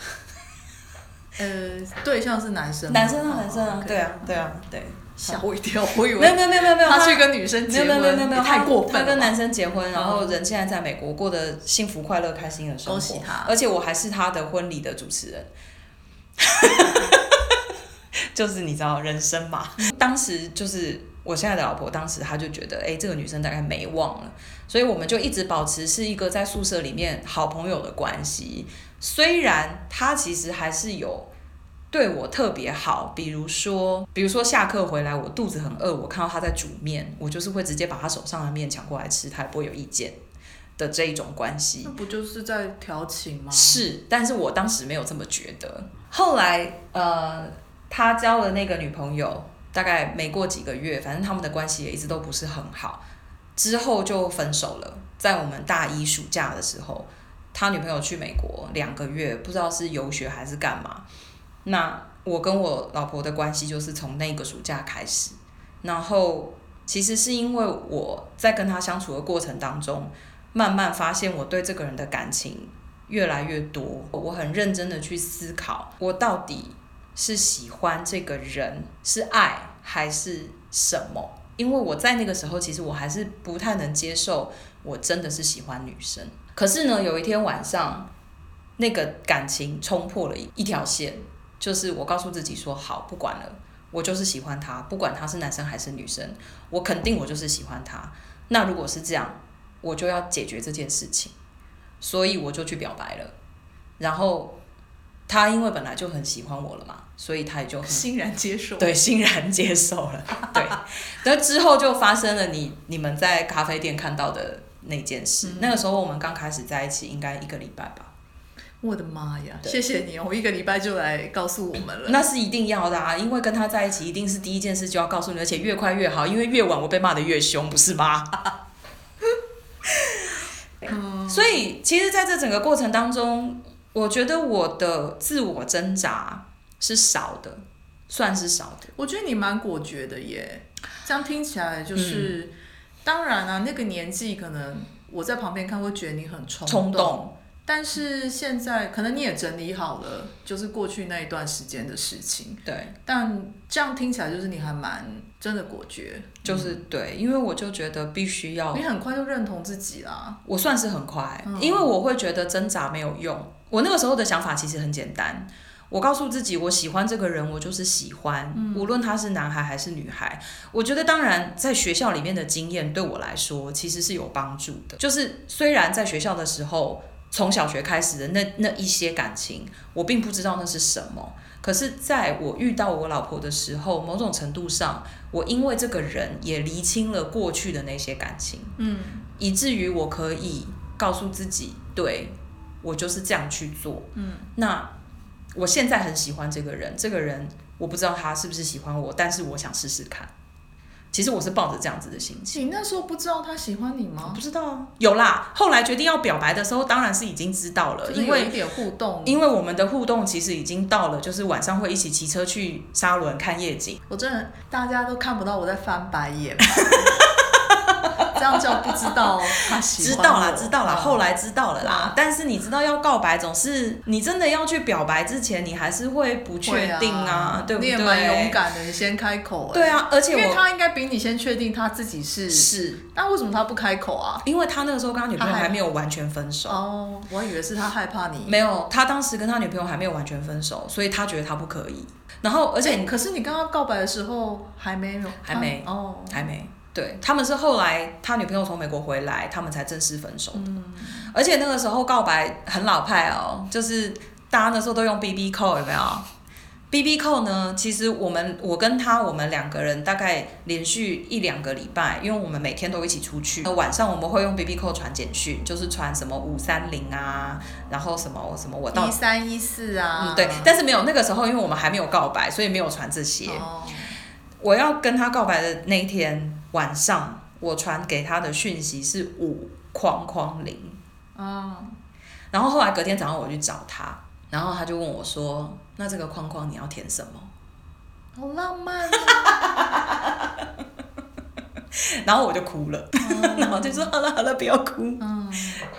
Speaker 2: 呃，对象是男生吗，
Speaker 1: 男生啊，男生啊，对啊，对啊，对。
Speaker 2: 吓我一跳，我以
Speaker 1: 没有
Speaker 2: 哦为
Speaker 1: 没有没有没有没有，
Speaker 2: 他去跟女生
Speaker 1: 没
Speaker 2: 结
Speaker 1: 有
Speaker 2: 婚，
Speaker 1: 没有没有没有没有，
Speaker 2: 也太过分
Speaker 1: 他
Speaker 2: 了吧，
Speaker 1: 跟男生结婚，然后
Speaker 2: 嗯
Speaker 1: 人现在在美国过得幸福、快乐、开心的生活。
Speaker 2: 恭喜他
Speaker 1: 而且我还是他的婚礼的主持人。 就是你知道人生嘛，当时就是我现在的老婆，当时她就觉得，哎、这个女生大概没忘了，所以我们就一直保持是一个在宿舍里面好朋友的关系。虽然她其实还是有对我特别好，比如说，比如说下课回来我肚子很饿，我看到他在煮面，我就是会直接把他手上的面抢过来吃，他也不会有意见的这一种关系
Speaker 2: 那。不就是在调情吗？
Speaker 1: 是，但是我当时没有这么觉得。后来，呃，他交了那个女朋友，大概没过几个月，反正他们的关系也一直都不是很好，之后就分手了。在我们大一暑假的时候，他女朋友去美国两个月，不知道是游学还是干嘛。那我跟我老婆的关系就是从那个暑假开始，然后其实是因为我在跟他相处的过程当中，慢慢发现我对这个人的感情越来越多，我很认真的去思考，我到底是喜欢这个人，是爱还是什么？因为我在那个时候，其实我还是不太能接受，我真的是喜欢女生。可是呢，有一天晚上，那个感情冲破了一一条线，就是我告诉自己说，好，不管了，我就是喜欢他，不管他是男生还是女生，我肯定我就是喜欢他。那如果是这样，我就要解决这件事情。所以我就去表白了。然后他因为本来就很喜欢我了嘛，所以他也就很
Speaker 2: 欣然接受。
Speaker 1: 对欣然接受了。对，那之后就发生了你你们在咖啡店看到的那件事。那个时候我们刚开始在一起，应该一个礼拜吧。
Speaker 2: 我的妈呀！
Speaker 1: 对
Speaker 2: 谢谢你哦，我一个礼拜就来告诉我们了。
Speaker 1: 那是一定要的啊，因为跟他在一起，一定是第一件事就要告诉你，而且越快越好，因为越晚我被骂的越凶，不是吗？所以，其实，在这整个过程当中，我觉得我的自我挣扎是少的，算是少的。
Speaker 2: 我觉得你蛮果决的耶，这样听起来就是，
Speaker 1: 嗯
Speaker 2: 当然啊，那个年纪可能我在旁边看会觉得你很冲
Speaker 1: 冲
Speaker 2: 动
Speaker 1: 动，
Speaker 2: 但是现在可能你也整理好了，就是过去那一段时间的事情。
Speaker 1: 对，
Speaker 2: 但这样听起来就是你还蛮真的果决，
Speaker 1: 就是对，因为我就觉得必须要
Speaker 2: 你很快就认同自己啦。
Speaker 1: 我算是很快，
Speaker 2: 嗯
Speaker 1: 因为我会觉得挣扎没有用。我那个时候的想法其实很简单，我告诉自己，我喜欢这个人，我就是喜欢，无论他是男孩还是女孩。我觉得，当然在学校里面的经验对我来说其实是有帮助的。就是虽然在学校的时候，从小学开始的那那一些感情，我并不知道那是什么。可是，在我遇到我老婆的时候，某种程度上，我因为这个人也厘清了过去的那些感情。
Speaker 2: 嗯
Speaker 1: 以至于我可以告诉自己，对我就是这样去做。
Speaker 2: 嗯，
Speaker 1: 那我现在很喜欢这个人，这个人我不知道他是不是喜欢我，但是我想试试看。其实我是抱着这样子的心情，
Speaker 2: 你那时候不知道他喜欢你
Speaker 1: 我
Speaker 2: 吗？
Speaker 1: 不知道啊，有啦。后来决定要表白的时候，当然是已经知道了，
Speaker 2: 就是
Speaker 1: 呃因
Speaker 2: 有一
Speaker 1: 为
Speaker 2: 点互动，
Speaker 1: 因为我们的互动其实已经到了，就是晚上会一起骑车去沙伦看夜景。
Speaker 2: 我真的大家都看不到我在翻白眼， 这样叫不知道他喜欢
Speaker 1: 知
Speaker 2: 我
Speaker 1: 道啦，知道啦，
Speaker 2: 嗯
Speaker 1: 后来知道了啦。但是你知道要告白，总是你真的要去表白之前，你还是会不确定啊，对不
Speaker 2: 你
Speaker 1: 对？
Speaker 2: 也蛮勇敢的，你先开口、欸。
Speaker 1: 对，啊，而且
Speaker 2: 因为
Speaker 1: 我
Speaker 2: 他应该比你先确定他自己是，
Speaker 1: 是
Speaker 2: 那为什么他不开口啊？
Speaker 1: 因为他那个时候跟他女朋友
Speaker 2: 他害
Speaker 1: 还没有完全分手，
Speaker 2: 哦，我还以为是他害怕你。
Speaker 1: 没有，他当时跟他女朋友还没有完全分手，所以他觉得他不可以。然后而且
Speaker 2: 哎可是你跟他告白的时候还没有，
Speaker 1: 还没
Speaker 2: 他哦，
Speaker 1: 还没。对，他们是后来他女朋友从美国回来，他们才正式分手的。而且那个时候告白很老派哦，就是大家那时候都用 BB 扣，有没有？BB 扣呢？其实我们我跟他我们两个人大概连续一两个礼拜，因为我们每天都一起出去，晚上我们会用 BB 扣传简讯，就是传什么五三零啊，然后什么我什么我到
Speaker 2: 一三一四啊，
Speaker 1: 嗯对，但是没有那个时候，因为我们还没有告白，所以没有传这些。
Speaker 2: 哦
Speaker 1: 我要跟他告白的那一天晚上，我传给他的讯息是五框框零，
Speaker 2: 啊，
Speaker 1: 然后后来隔天早上我去找他，然后他就问我说：“那这个框框你要填什么
Speaker 2: 好浪漫啊，？”
Speaker 1: 然后我就哭了，
Speaker 2: 哦
Speaker 1: 然后就说：“好了好了，不要哭。
Speaker 2: 嗯，”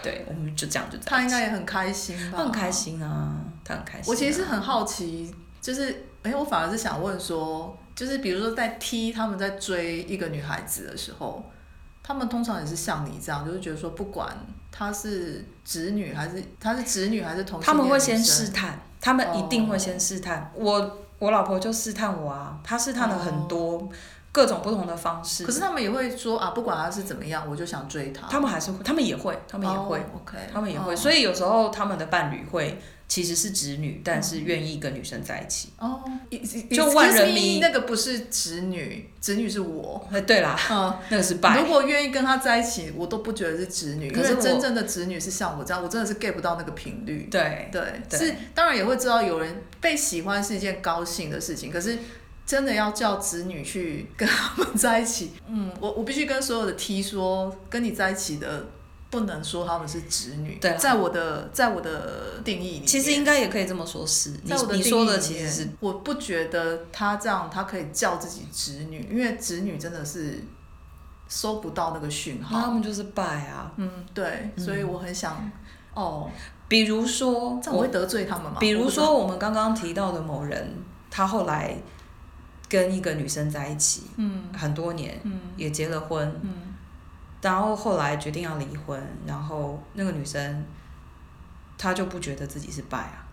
Speaker 1: 对，我们就这样就这样。
Speaker 2: 他应该也很开心吧？
Speaker 1: 他很开。心啊，他很开心啊、
Speaker 2: 我其实是很好奇，就是哎，我反而是想问说，就是比如说在 T 他们在追一个女孩子的时候，他们通常也是像你这样，就是觉得说不管她是直女还是她是直女还是同性
Speaker 1: 他
Speaker 2: 恋
Speaker 1: 们会
Speaker 2: 女
Speaker 1: 先
Speaker 2: 生哦
Speaker 1: 试探，他们一定会先试探。我我老婆就试探我啊，她试探了很多、各种不同的方式。
Speaker 2: 哦可是他们也会说啊，不管他是怎么样，我就想追哦他。
Speaker 1: 他们还是会，他们也会，他们也会，
Speaker 2: o k
Speaker 1: 他们也会。所以有时候他们的伴侣会其实是直女，但是愿意跟女生在一起。
Speaker 2: 哦，以以
Speaker 1: 就
Speaker 2: excuse
Speaker 1: 万人
Speaker 2: me，
Speaker 1: 迷
Speaker 2: 那个不是直女，直女是我。
Speaker 1: 哎，对啦，
Speaker 2: 嗯，
Speaker 1: 那个是拜。
Speaker 2: 如果愿意跟他在一起，我都不觉得是直女，
Speaker 1: 可是
Speaker 2: 因为
Speaker 1: 我
Speaker 2: 真正的直女是像我这样，我真的是 get 不到那个频率。
Speaker 1: 对，
Speaker 2: 对，
Speaker 1: 对
Speaker 2: 是当然也会知道有人被喜欢是一件高兴的事情，可是真的要叫子女去跟他们在一起，嗯，我我必须跟所有的 T 说，跟你在一起的不能说他们是子女，
Speaker 1: 对啊
Speaker 2: 在我的在我的定义里面，
Speaker 1: 其实应该也可以这么说是，你
Speaker 2: 在我的
Speaker 1: 你
Speaker 2: 定义
Speaker 1: 说
Speaker 2: 里
Speaker 1: 的
Speaker 2: 面
Speaker 1: 其实是
Speaker 2: 我不觉得他这样，他可以叫自己子女，因为子女真的是收不到那个讯
Speaker 1: 那
Speaker 2: 号，
Speaker 1: 他们就是拜啊。
Speaker 2: 嗯，对，所以我很想，哦，
Speaker 1: 比如说
Speaker 2: 这样我
Speaker 1: 我
Speaker 2: 会，得罪他们吗？
Speaker 1: 比
Speaker 2: 我
Speaker 1: 如
Speaker 2: 不知道，
Speaker 1: 说我们刚刚提到的某人，他后来跟一个女生在一起
Speaker 2: 嗯
Speaker 1: 很多年，
Speaker 2: 嗯
Speaker 1: 也结了婚，
Speaker 2: 嗯。
Speaker 1: 然后后来决定要离婚，然后那个女生她就不觉得自己是拜啊。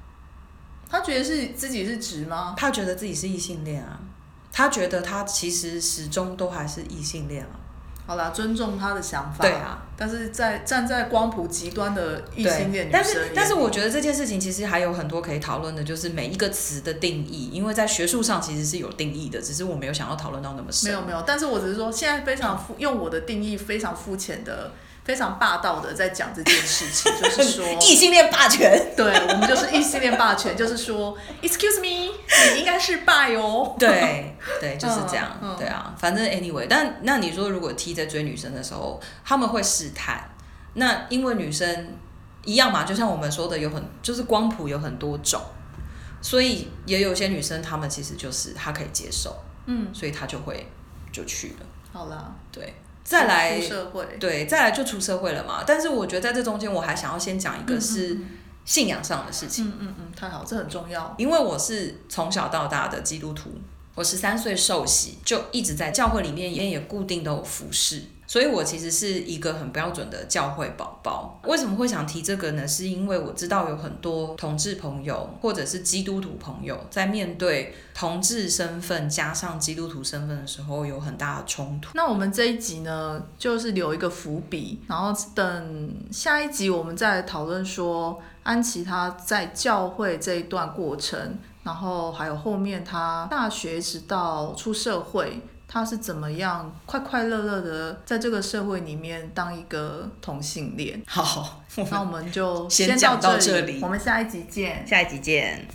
Speaker 2: 他觉得是自己是直吗？
Speaker 1: 他觉得自己是异性恋啊，他觉得他其实始终都还是异性恋啊。
Speaker 2: 好啦，尊重他的想法。
Speaker 1: 对，啊，
Speaker 2: 但是在站在光谱极端的异性
Speaker 1: 对
Speaker 2: 恋女生，
Speaker 1: 但是但是我觉
Speaker 2: 得，
Speaker 1: 得这件事情其实还有很多可以讨论的，就是每一个词的定义，因为在学术上其实是有定义的，只是我没有想要讨论到那么深。
Speaker 2: 没有没有，但是我只是说，现在非常肤用我的定义非常肤浅的、非常霸道的在讲这件事情，就是说，
Speaker 1: 异性恋霸权。
Speaker 2: 对我们就是异性恋霸权，就是说，excuse me，你应该是 bi 哦。
Speaker 1: 对对，就是这样。
Speaker 2: 嗯嗯
Speaker 1: 对啊，反正 anyway，但嗯那你说如果 T 在追女生的时候，他们会试探，那因为女生一样嘛，就像我们说的，有很就是光谱有很多种，所以也有些女生她们其实就是她可以接受，
Speaker 2: 嗯，
Speaker 1: 所以她就会就去了。
Speaker 2: 好啦，
Speaker 1: 对，再来
Speaker 2: 出社会，
Speaker 1: 对，再来就出社会了嘛。但是我觉得在这中间，我还想要先讲一个是信仰上的事情。
Speaker 2: 嗯嗯嗯，太好，这很重要。
Speaker 1: 因为我是从小到大的基督徒，我十三岁受洗，就一直在教会里面也也固定都有服侍，所以我其实是一个很标准的教会宝宝。为什么会想提这个呢？是因为我知道有很多同志朋友或者是基督徒朋友在面对同志身份加上基督徒身份的时候有很大的冲突。
Speaker 2: 那我们这一集呢，就是留一个伏笔，然后等下一集我们再来讨论说安琪她在教会这一段过程，然后还有后面她大学直到出社会，她是怎么样快快乐乐的在这个社会里面当一个同性恋。
Speaker 1: 好，
Speaker 2: 那我们就
Speaker 1: 先
Speaker 2: 到
Speaker 1: 讲到
Speaker 2: 这
Speaker 1: 这里
Speaker 2: 我们下一集见。
Speaker 1: 下一集见。